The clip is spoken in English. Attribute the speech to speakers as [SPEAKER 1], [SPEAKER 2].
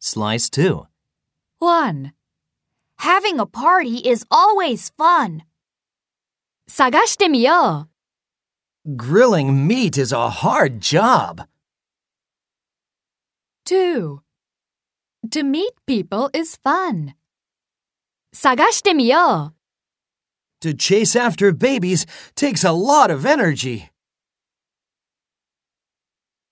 [SPEAKER 1] Slice 2.
[SPEAKER 2] 1. Having a party is always fun. 探してみよう.
[SPEAKER 1] Grilling meat is a hard job.
[SPEAKER 2] 2. To meet people is fun. 探してみよう.
[SPEAKER 1] To chase after babies takes a lot of energy.